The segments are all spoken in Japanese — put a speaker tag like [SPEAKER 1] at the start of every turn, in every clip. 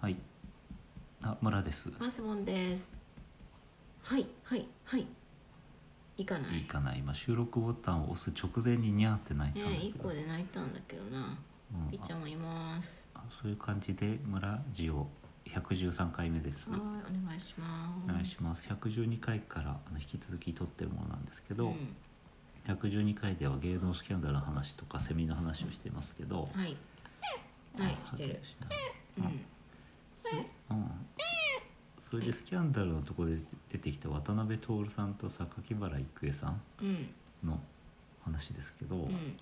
[SPEAKER 1] はいあ村です
[SPEAKER 2] マスモンですはいはいはい行かない
[SPEAKER 1] いいかな今収録ボタンを押す直前にニャーって泣いたんだ
[SPEAKER 2] ね
[SPEAKER 1] け
[SPEAKER 2] 一
[SPEAKER 1] ど、
[SPEAKER 2] 個で泣いたんだけどな
[SPEAKER 1] うん
[SPEAKER 2] いっちゃんもいます
[SPEAKER 1] あそういう感じで村ジオ113回目です
[SPEAKER 2] はいお願いします
[SPEAKER 1] お願いします112回からあの引き続き撮ってるものなんですけど、
[SPEAKER 2] うん
[SPEAKER 1] 112回では芸能スキャンダルの話とかセミの話をしてますけど
[SPEAKER 2] はいはいしてるうん
[SPEAKER 1] うん、それでスキャンダルのとこで出てきた渡辺徹さんと榊原郁恵さん
[SPEAKER 2] うん
[SPEAKER 1] の話ですけど、
[SPEAKER 2] うん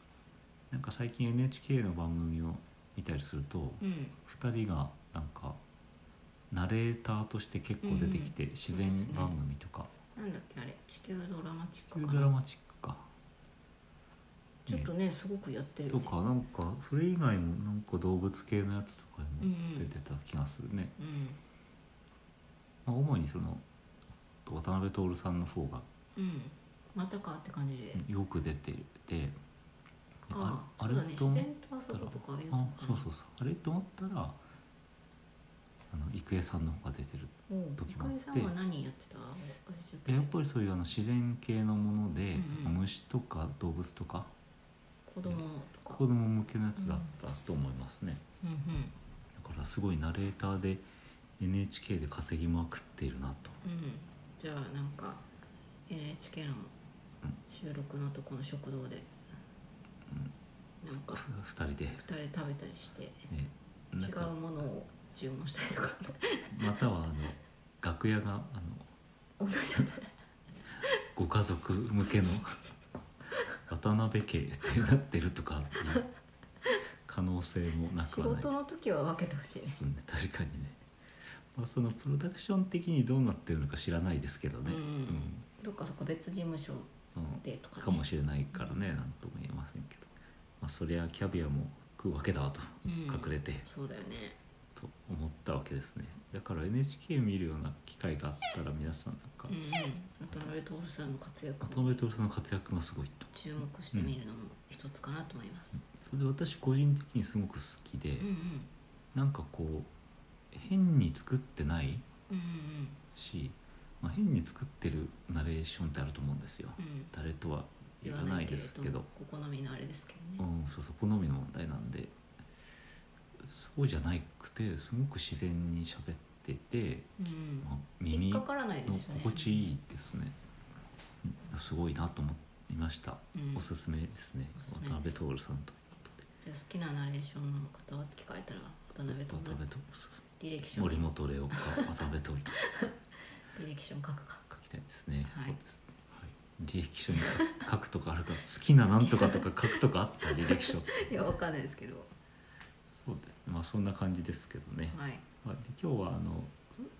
[SPEAKER 1] なんか最近 NHK の番組を見たりすると、
[SPEAKER 2] うん
[SPEAKER 1] 二2人がなんかナレーターとして結構出てきて、自然番組とか、
[SPEAKER 2] なんだっけあれ地球ドラマチッ
[SPEAKER 1] そうい
[SPEAKER 2] ク
[SPEAKER 1] う
[SPEAKER 2] か
[SPEAKER 1] ドラ
[SPEAKER 2] な
[SPEAKER 1] マチックか。
[SPEAKER 2] ちょっとねすごくやってるよ
[SPEAKER 1] と
[SPEAKER 2] ね
[SPEAKER 1] かなんかそれ以外もなんか動物系のやつとかにも出てた気がするね、
[SPEAKER 2] うん
[SPEAKER 1] まあ、主にその渡辺徹さんの方が
[SPEAKER 2] うんまたかって感じで
[SPEAKER 1] よく出てて
[SPEAKER 2] ああ
[SPEAKER 1] あ
[SPEAKER 2] そ
[SPEAKER 1] れ
[SPEAKER 2] うだね
[SPEAKER 1] と
[SPEAKER 2] 自
[SPEAKER 1] 思っ
[SPEAKER 2] 然と遊
[SPEAKER 1] たら
[SPEAKER 2] ぶとかああいうやつ
[SPEAKER 1] あ
[SPEAKER 2] か
[SPEAKER 1] そう
[SPEAKER 2] な
[SPEAKER 1] そうそうあれと思ったらあの郁恵さんの方が出てる
[SPEAKER 2] うん
[SPEAKER 1] 時もあ
[SPEAKER 2] か
[SPEAKER 1] って
[SPEAKER 2] りさんは何やってた忘れちゃった
[SPEAKER 1] で
[SPEAKER 2] けど
[SPEAKER 1] やっぱりそういうあの自然系のもので、
[SPEAKER 2] うんうん
[SPEAKER 1] 虫とか動物とか
[SPEAKER 2] 子供とか
[SPEAKER 1] 子供向けのやつだったと思いますね、
[SPEAKER 2] うんうん
[SPEAKER 1] だからすごいナレーターで NHK で稼ぎまくっているなと
[SPEAKER 2] うん、じゃあなんか NHK の
[SPEAKER 1] うん
[SPEAKER 2] 収録のとこの食堂で、なんか
[SPEAKER 1] 2人で、ね
[SPEAKER 2] 2人で食べたりして
[SPEAKER 1] な
[SPEAKER 2] 違
[SPEAKER 1] んか
[SPEAKER 2] うものを注文した りとか
[SPEAKER 1] またはあの楽屋があの
[SPEAKER 2] 同じだね
[SPEAKER 1] ご家族向 けの渡辺家ってなってるとかいう可能性もな
[SPEAKER 2] 仕
[SPEAKER 1] くはない
[SPEAKER 2] 事の時は分けてほしいね
[SPEAKER 1] そうね確かにね、まあ、そのプロダクション的にどうなってるのか知らないですけどね、
[SPEAKER 2] うんどっかそっか別事務所
[SPEAKER 1] うんうん
[SPEAKER 2] でとか、ね、
[SPEAKER 1] かもしれないからねなんとも言えませんけど、まあ、そりゃキャビアも食うわけだわと
[SPEAKER 2] うん
[SPEAKER 1] 隠れて、
[SPEAKER 2] そうだよね
[SPEAKER 1] と思ったわけですねだから NHK 見るような機会があったら皆さんなんか
[SPEAKER 2] うんうん渡辺徹さんの活躍
[SPEAKER 1] 渡辺徹さんの活躍がすごいと。
[SPEAKER 2] 注目してみるのも一つかなと思います、
[SPEAKER 1] それで私個人的にすごく好きで、
[SPEAKER 2] うん、うん
[SPEAKER 1] なんかこう変に作ってない
[SPEAKER 2] うんうん
[SPEAKER 1] し、まあ、変に作ってるナレーションってあると思うんですよ、
[SPEAKER 2] うんうん
[SPEAKER 1] 誰とは言わないですけど
[SPEAKER 2] お好みのあれですけど
[SPEAKER 1] う
[SPEAKER 2] ね、
[SPEAKER 1] んそうそう好みの問題なんでそうじゃなくてすごく自然に喋ってて、
[SPEAKER 2] うん
[SPEAKER 1] まあ、
[SPEAKER 2] 引
[SPEAKER 1] 耳
[SPEAKER 2] っか
[SPEAKER 1] の
[SPEAKER 2] からないですよね
[SPEAKER 1] 心地いいですねうんすごいなと思いました、
[SPEAKER 2] うん
[SPEAKER 1] おすすめですね
[SPEAKER 2] おすすめ
[SPEAKER 1] 渡辺
[SPEAKER 2] で
[SPEAKER 1] 徹
[SPEAKER 2] す
[SPEAKER 1] さんということで
[SPEAKER 2] じゃあ好きなナレーションの方はって聞かれたら渡辺徹
[SPEAKER 1] 渡辺徹さん
[SPEAKER 2] 履歴書に
[SPEAKER 1] 森本レオ か渡辺徹か
[SPEAKER 2] 履歴書に書くか
[SPEAKER 1] 書きたいですね。
[SPEAKER 2] はい
[SPEAKER 1] そうですね。はい、履歴書に書くと かあるか、好きななんとかとか書くとかあった履歴 書。
[SPEAKER 2] いやわかんないですけど
[SPEAKER 1] そうですね。まあそんな感じですけどね。
[SPEAKER 2] はい
[SPEAKER 1] まあで今日はあの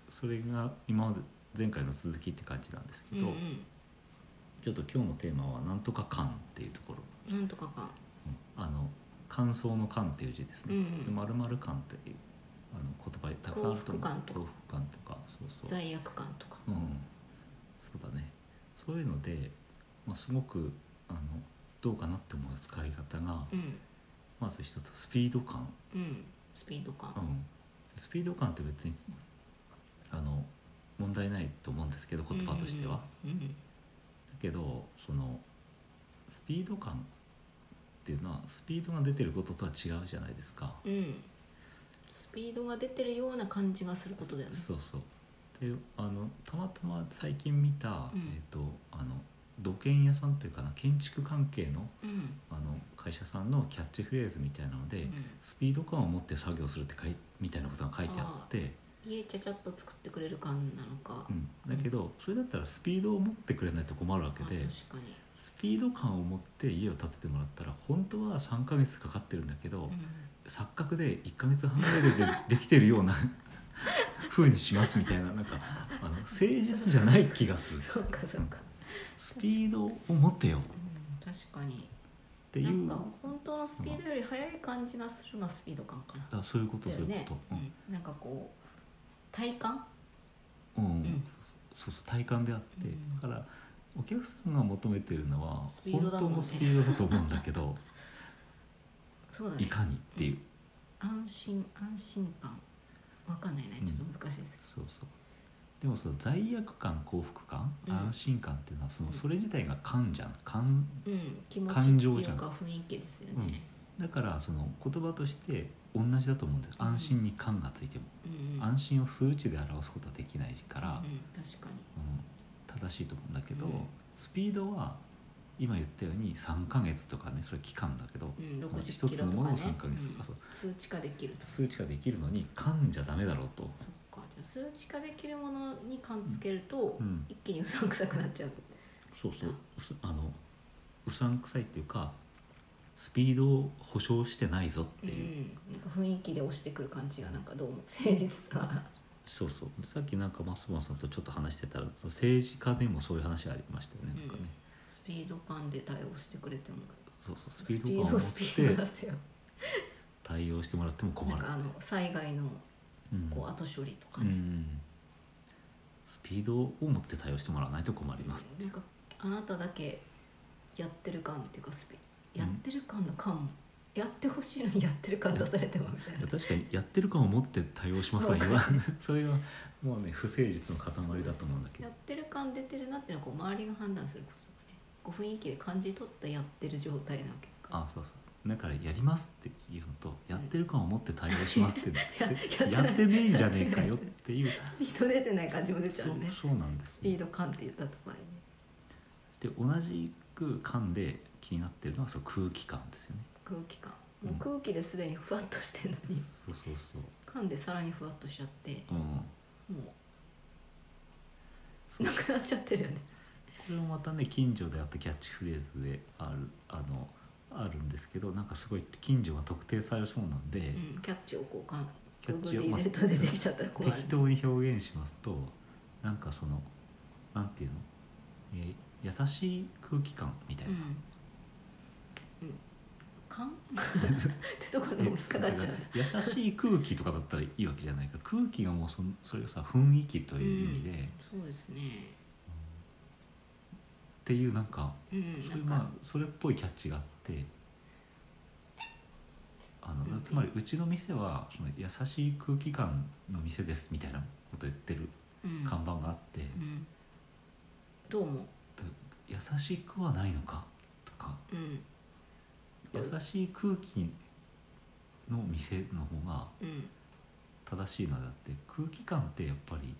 [SPEAKER 1] それが今まで前回の続きって感じなんですけど、ちょっと今日のテーマはなんとか感っていうところ。
[SPEAKER 2] うん、なんとかか
[SPEAKER 1] あの感想の感っていう字ですね。
[SPEAKER 2] うんうん
[SPEAKER 1] で丸々感っていうあの言葉たくさんあると思う。
[SPEAKER 2] 幸福感とか
[SPEAKER 1] 幸福感とか、そうそう。
[SPEAKER 2] 罪悪感とか
[SPEAKER 1] うん、そうだねそういうので、まあ、すごくあのどうかなって思う使い方が
[SPEAKER 2] うん
[SPEAKER 1] まず一つスピード感、
[SPEAKER 2] うんスピード感
[SPEAKER 1] うん、スピード感って別にあの問題ないと思うんですけど言葉としては。
[SPEAKER 2] うんうん
[SPEAKER 1] だけどそのスピード感っていうのはスピードが出てることとは違うじゃないですか。
[SPEAKER 2] うん、うんスピードが出てるような感じがすることだよね
[SPEAKER 1] そうそうであのたまたま最近見た、
[SPEAKER 2] うん
[SPEAKER 1] えっとあの土建屋さんというかな建築関係の
[SPEAKER 2] うん
[SPEAKER 1] あの会社さんのキャッチフレーズみたいなので、
[SPEAKER 2] うん
[SPEAKER 1] スピード感を持って作業するってかいみたいなことが書いてあって
[SPEAKER 2] 家ちゃちゃっと作ってくれる感なのか
[SPEAKER 1] う、ん、だけどそれだったらスピードを持ってくれないと困るわけ
[SPEAKER 2] まあ、
[SPEAKER 1] で
[SPEAKER 2] 確かに、
[SPEAKER 1] スピード感を持って家を建ててもらったら本当は3ヶ月かかってるんだけど、
[SPEAKER 2] う
[SPEAKER 1] 錯覚で1ヶ月半ぐらいでできてるような 風にしますみたいななんかあの誠実じゃない気がする
[SPEAKER 2] ん、そうかそうか、
[SPEAKER 1] スピードを持てよっ
[SPEAKER 2] うん、確かに
[SPEAKER 1] てい
[SPEAKER 2] なん
[SPEAKER 1] う
[SPEAKER 2] か本当のスピードより速い感じがするのがスピード感かな。
[SPEAKER 1] あそういうこと
[SPEAKER 2] だ
[SPEAKER 1] そう
[SPEAKER 2] よ
[SPEAKER 1] いうこ
[SPEAKER 2] ね
[SPEAKER 1] と。。
[SPEAKER 2] う
[SPEAKER 1] うん
[SPEAKER 2] んなんかこう体感、
[SPEAKER 1] うん
[SPEAKER 2] ん
[SPEAKER 1] そうそう体感であって、
[SPEAKER 2] うん
[SPEAKER 1] だからお客さんが求めてるのは
[SPEAKER 2] スピード
[SPEAKER 1] 本
[SPEAKER 2] だ
[SPEAKER 1] 当
[SPEAKER 2] もんね
[SPEAKER 1] のスピードだと思うんだけ ど
[SPEAKER 2] そうだ
[SPEAKER 1] い
[SPEAKER 2] ね。
[SPEAKER 1] かにっていう
[SPEAKER 2] 安心安心感。わかんないねちょっと難しいです、
[SPEAKER 1] そうそうでもその罪悪感幸福感、
[SPEAKER 2] うん
[SPEAKER 1] 安心感っていうのはその
[SPEAKER 2] うん
[SPEAKER 1] それ自体が感じゃん感
[SPEAKER 2] うん気持ち
[SPEAKER 1] 感
[SPEAKER 2] って
[SPEAKER 1] 情
[SPEAKER 2] い
[SPEAKER 1] じゃ
[SPEAKER 2] うんか雰囲気ですよね、
[SPEAKER 1] だからその言葉として同じだと思うんです安心に感がついても、
[SPEAKER 2] うんうん、
[SPEAKER 1] 安心を数値で表すことはできないから、
[SPEAKER 2] うんうん、確かに
[SPEAKER 1] うん正しいと思うんだけど、
[SPEAKER 2] うん
[SPEAKER 1] スピードは今言ったように3ヶ月とかねそれは期間だけど、
[SPEAKER 2] うん
[SPEAKER 1] その
[SPEAKER 2] 60
[SPEAKER 1] 一
[SPEAKER 2] キ
[SPEAKER 1] つ
[SPEAKER 2] ロ
[SPEAKER 1] の
[SPEAKER 2] と
[SPEAKER 1] も
[SPEAKER 2] か
[SPEAKER 1] のを
[SPEAKER 2] ね
[SPEAKER 1] 3ヶ月とか、そう
[SPEAKER 2] 数値化できるとそ
[SPEAKER 1] 数値化できるのに感じゃダメだろうと、
[SPEAKER 2] っかじゃあ数値化できるものに感つけると、
[SPEAKER 1] うん、
[SPEAKER 2] 一気にうさんくさくなっちゃう
[SPEAKER 1] そうそうすあのうさんくさいっていうかスピードを保証してないぞっていう、
[SPEAKER 2] うん、なんか雰囲気で押してくる感じがなんかどうも誠実さ
[SPEAKER 1] そうそうでさっきなんかマスボンさんとちょっと話してたら政治家でもそういう話ありましたよね、なんかね
[SPEAKER 2] スピード感で対応してくれても
[SPEAKER 1] そうそうスピード感を
[SPEAKER 2] スピードスピ
[SPEAKER 1] 持
[SPEAKER 2] ードで
[SPEAKER 1] って
[SPEAKER 2] すよ
[SPEAKER 1] 対応してもらっても困
[SPEAKER 2] なん
[SPEAKER 1] る
[SPEAKER 2] かあの災害の
[SPEAKER 1] うん
[SPEAKER 2] こう後処理とか
[SPEAKER 1] う
[SPEAKER 2] ね、
[SPEAKER 1] ん、スピードを持って対応してもらわないと困ります、
[SPEAKER 2] なんかあなただけやってる感っていうかスピやってる感の感も、やってほしいのにやってる感出されてもみたい
[SPEAKER 1] いや
[SPEAKER 2] な
[SPEAKER 1] 確かにやってる感を持って対応しますとは言わない それはもうね不誠実の塊だと思うんだけ
[SPEAKER 2] や
[SPEAKER 1] ど
[SPEAKER 2] ってる感出てるなっていうのはこう周りが判断することとかねこう雰囲気で感じ取ったやってる状態なわけだから
[SPEAKER 1] あそうそうだからやりますっていうのとやってる感を持って対応しますって言って や
[SPEAKER 2] やや
[SPEAKER 1] っ
[SPEAKER 2] って
[SPEAKER 1] てねえんじゃねえかよっていう
[SPEAKER 2] スピード出てない感じも出ちゃ
[SPEAKER 1] そう
[SPEAKER 2] うね
[SPEAKER 1] そうなんです
[SPEAKER 2] スピード感って言ったとたにね
[SPEAKER 1] で同じく感で気になってるのはそう空気感ですよね
[SPEAKER 2] 空気感
[SPEAKER 1] うん
[SPEAKER 2] もう空気ですでにふわっとしてるのに、
[SPEAKER 1] そうそうそ
[SPEAKER 2] 噛んでさらにふわっとしちゃって
[SPEAKER 1] ううん
[SPEAKER 2] も
[SPEAKER 1] そう
[SPEAKER 2] うなくなっちゃってるよね
[SPEAKER 1] これもまたね近所であったキャッチフレーズであるあのあるんですけどなんかすごい近所が特定されそうなんで、
[SPEAKER 2] うん、キャッチをこうかん
[SPEAKER 1] キャッチを
[SPEAKER 2] Google で入れると出てきちゃったら怖い、
[SPEAKER 1] 適当に表現しますとなんかそのなんていうの、えー優しい空気感みたい
[SPEAKER 2] うん
[SPEAKER 1] な、
[SPEAKER 2] うん勘ってところでも引っかかっちゃう
[SPEAKER 1] で優しい空気とかだったらいいわけじゃないか空気がもうそんそれがさ雰囲気という意味で、っ
[SPEAKER 2] そうですね
[SPEAKER 1] ていうなんか
[SPEAKER 2] うん
[SPEAKER 1] そ
[SPEAKER 2] な
[SPEAKER 1] れ
[SPEAKER 2] ん
[SPEAKER 1] ま
[SPEAKER 2] か
[SPEAKER 1] あそれっぽいキャッチがあってあの
[SPEAKER 2] うん
[SPEAKER 1] つまりうちの店はその優しい空気感の店ですみたいなこと言ってる
[SPEAKER 2] うん、
[SPEAKER 1] 看板があって、
[SPEAKER 2] うん、どうも
[SPEAKER 1] 優しくはないのかとか
[SPEAKER 2] うん
[SPEAKER 1] 優しい空気の店の方が
[SPEAKER 2] うん
[SPEAKER 1] 正しいのであって空気感ってやっぱり、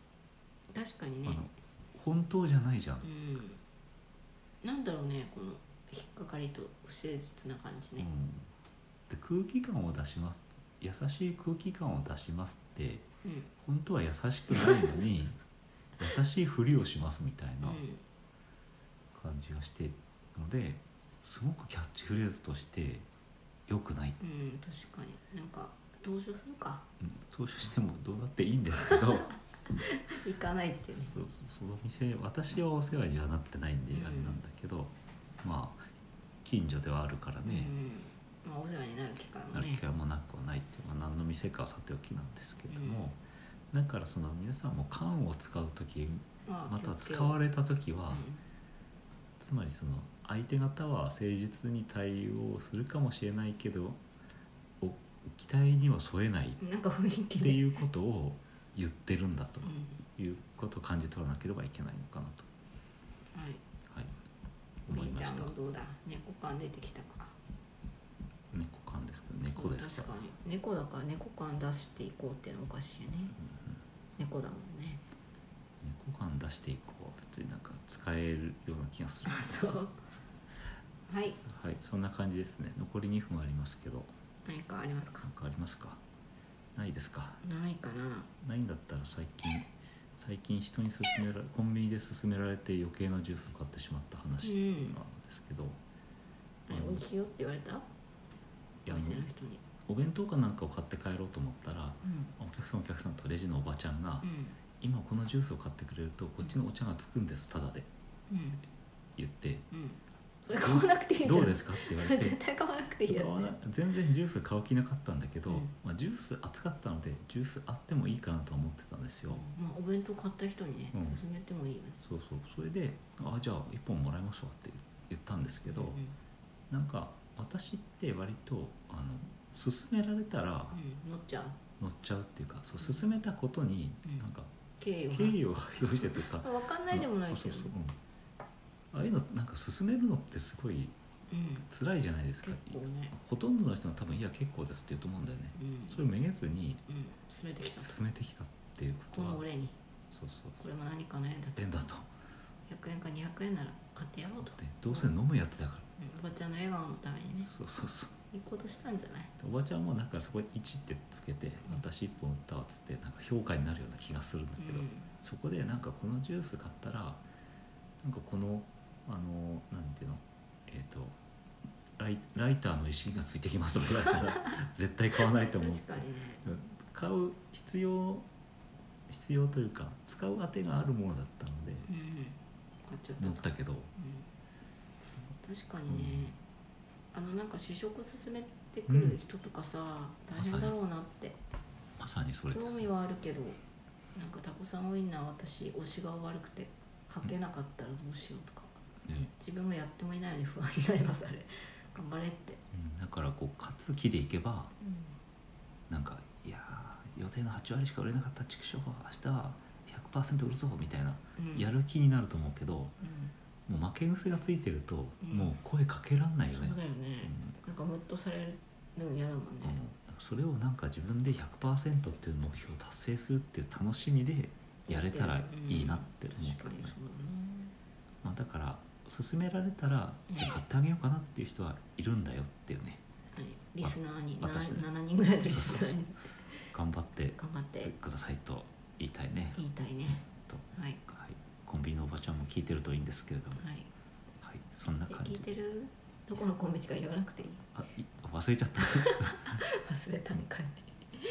[SPEAKER 2] 確かに
[SPEAKER 1] あ
[SPEAKER 2] ね
[SPEAKER 1] の本当じゃないじゃん、
[SPEAKER 2] うんなんだろうねこの引っかかりと不誠実な感じ
[SPEAKER 1] う
[SPEAKER 2] ね、
[SPEAKER 1] んで空気感を出します優しい空気感を出しますって
[SPEAKER 2] うん
[SPEAKER 1] 本当は優しくないの に優しいふりをしますみたいな
[SPEAKER 2] うん
[SPEAKER 1] 感じがしてのですごくキャッチフレーズとして良くない、
[SPEAKER 2] うん確かになんか同情するか
[SPEAKER 1] うん、投資してもどうだっていいんですけどそう
[SPEAKER 2] 行かないっていうね
[SPEAKER 1] そうその店私はお世話にはなってないんで
[SPEAKER 2] うん
[SPEAKER 1] あれなんだけど、まあ近所ではあるからね、
[SPEAKER 2] うんまあ、お世話になる機会も
[SPEAKER 1] なる
[SPEAKER 2] ね
[SPEAKER 1] 気会もなくはないっていう、まあ、何の店かはさておきなんですけども、だからその皆さんも缶を使う時
[SPEAKER 2] ま
[SPEAKER 1] または使われた時は、
[SPEAKER 2] ば
[SPEAKER 1] つまりその相手方は誠実に対応するかもしれないけどお期待には添えないっ
[SPEAKER 2] なんか雰囲気
[SPEAKER 1] て
[SPEAKER 2] で
[SPEAKER 1] いうことを言ってるんだと
[SPEAKER 2] うん
[SPEAKER 1] いうことを感じ取らなければいけないのかなと、
[SPEAKER 2] はい
[SPEAKER 1] はい、思い
[SPEAKER 2] みー
[SPEAKER 1] ま
[SPEAKER 2] ちゃ
[SPEAKER 1] し
[SPEAKER 2] ん
[SPEAKER 1] た
[SPEAKER 2] もどうだ猫感出てきたか
[SPEAKER 1] 猫缶ですけど猫です
[SPEAKER 2] 確
[SPEAKER 1] か
[SPEAKER 2] かに猫だから猫感出していこうっていうのはおかしいよね猫だもんね
[SPEAKER 1] 猫缶出していこう別になんか使えるような気がする
[SPEAKER 2] あそうはい
[SPEAKER 1] はいそんな感じですね残り2分ありますけど
[SPEAKER 2] 何かありますか
[SPEAKER 1] 何かありますかないですか
[SPEAKER 2] ないかな
[SPEAKER 1] ないんだったら最近最近人に勧められコンビニで勧められて余計なジュースを買ってしまった話っていうのなんですけど、
[SPEAKER 2] あれ美味しいよって言われた
[SPEAKER 1] い
[SPEAKER 2] お
[SPEAKER 1] やあの
[SPEAKER 2] 店の人に
[SPEAKER 1] お弁当かなんかを買って帰ろうと思ったら
[SPEAKER 2] うん
[SPEAKER 1] お客さんお客さんとレジのおばちゃんが
[SPEAKER 2] う
[SPEAKER 1] 「今このジュースを買ってくれるとこっちのお茶がつくんですただで
[SPEAKER 2] んうん」
[SPEAKER 1] 言って
[SPEAKER 2] うんそれ買わなくていい
[SPEAKER 1] 「
[SPEAKER 2] じゃん
[SPEAKER 1] どうですか?」って言わ
[SPEAKER 2] そ
[SPEAKER 1] れ
[SPEAKER 2] れ
[SPEAKER 1] て
[SPEAKER 2] 絶対買わなくていいやつじゃん
[SPEAKER 1] 全然ジュース買う気なかったんだけど、
[SPEAKER 2] うん
[SPEAKER 1] まあ、ジュース暑かったのでジュースあってもいいかなとは思ってたんですよ、
[SPEAKER 2] まあ、お弁当買った人にね、
[SPEAKER 1] うん
[SPEAKER 2] 勧めてもいいよね
[SPEAKER 1] そうそうそれで「あじゃあ1本もらいますわ」って言ったんですけど、
[SPEAKER 2] うん
[SPEAKER 1] なんか私って割とあの勧められたら
[SPEAKER 2] うん、乗っちゃう
[SPEAKER 1] 乗っちゃうっていうかそう勧めたことに
[SPEAKER 2] うん
[SPEAKER 1] なんか
[SPEAKER 2] 敬意を
[SPEAKER 1] 敬意を表してというか
[SPEAKER 2] まあわかんないでもないけ
[SPEAKER 1] そう
[SPEAKER 2] ど
[SPEAKER 1] そう、うん、ああいうのなんか勧めるのってすごい
[SPEAKER 2] うん、
[SPEAKER 1] 辛いじゃないですか
[SPEAKER 2] 結構ね
[SPEAKER 1] ほとんどの人は多分「いや結構です」って言うと思うんだよね
[SPEAKER 2] うん
[SPEAKER 1] それめげずに
[SPEAKER 2] うん、進めてきた
[SPEAKER 1] 勧めてきたっていうこと
[SPEAKER 2] こ
[SPEAKER 1] は
[SPEAKER 2] の俺に
[SPEAKER 1] そうそう
[SPEAKER 2] これも何かの縁だと
[SPEAKER 1] 連だと
[SPEAKER 2] 100円か200円なら買ってやろうと、
[SPEAKER 1] でどうせ飲むやつだか
[SPEAKER 2] うんおばちゃんの笑顔のためにね
[SPEAKER 1] らそうそうそう
[SPEAKER 2] いいことしたんじゃない
[SPEAKER 1] でおばちゃんもなんかそこに1ってつけて「私1本打ったわ」っつってなんか評価になるような気がするんだけど、そこでなんかこのジュース買ったらなんかこのあのなんていうのえっ、とライライターの石がついてきますとか言われたら 絶対買わないと
[SPEAKER 2] うん、
[SPEAKER 1] 思う
[SPEAKER 2] 確かにね
[SPEAKER 1] 買う必要必要というか使うあてがあるものだったので
[SPEAKER 2] うん買っちゃった
[SPEAKER 1] 持ったけど
[SPEAKER 2] うん、確かにね、あのなんか試食進めてくる人とかさ、
[SPEAKER 1] うん
[SPEAKER 2] 大変だろうなって
[SPEAKER 1] まさにそれで
[SPEAKER 2] 興
[SPEAKER 1] す
[SPEAKER 2] 味はあるけどなんかタコさんウインナー私推しが悪くて履けなかったらどうしようとか、
[SPEAKER 1] ね
[SPEAKER 2] 自分もやってもいないのに不安になりますあれ頑張れって、
[SPEAKER 1] うんだからこう勝つ気でいけばなんかいやー予定の8割しか売れなかった畜生は明日は100%売るぞみたいな
[SPEAKER 2] うん
[SPEAKER 1] やる気になると思うけど、
[SPEAKER 2] うん
[SPEAKER 1] もう負け癖がついてると、
[SPEAKER 2] うん
[SPEAKER 1] もう声かけらんないよ
[SPEAKER 2] そう
[SPEAKER 1] ね。
[SPEAKER 2] だよ
[SPEAKER 1] うん
[SPEAKER 2] ね、なんかムッとされるの嫌だもん
[SPEAKER 1] あの
[SPEAKER 2] ね、
[SPEAKER 1] それをなんか自分で100%っていう目標を達成するっていう楽しみでやれたらいいなって思うけ
[SPEAKER 2] 確
[SPEAKER 1] ど
[SPEAKER 2] か
[SPEAKER 1] ね、
[SPEAKER 2] にそうだね
[SPEAKER 1] まあ、だから勧められたら
[SPEAKER 2] うん
[SPEAKER 1] じゃあ買ってあげようかなっていう人はいるんだよっていうね
[SPEAKER 2] はいリスナーに
[SPEAKER 1] あ
[SPEAKER 2] な
[SPEAKER 1] 私ね
[SPEAKER 2] 7人ぐらいのリスナーに
[SPEAKER 1] 頑張って
[SPEAKER 2] 頑張って
[SPEAKER 1] くださいと言いたいね。
[SPEAKER 2] 言いたいね
[SPEAKER 1] と
[SPEAKER 2] はい
[SPEAKER 1] はい、コンビニのおばちゃんも聞いてるといいんですけれども、
[SPEAKER 2] はい
[SPEAKER 1] はい、そんな
[SPEAKER 2] で
[SPEAKER 1] 感
[SPEAKER 2] 聞い
[SPEAKER 1] じ
[SPEAKER 2] てるどこのコンビニか言わなくていい
[SPEAKER 1] あい忘れちゃった。
[SPEAKER 2] 忘れたんかい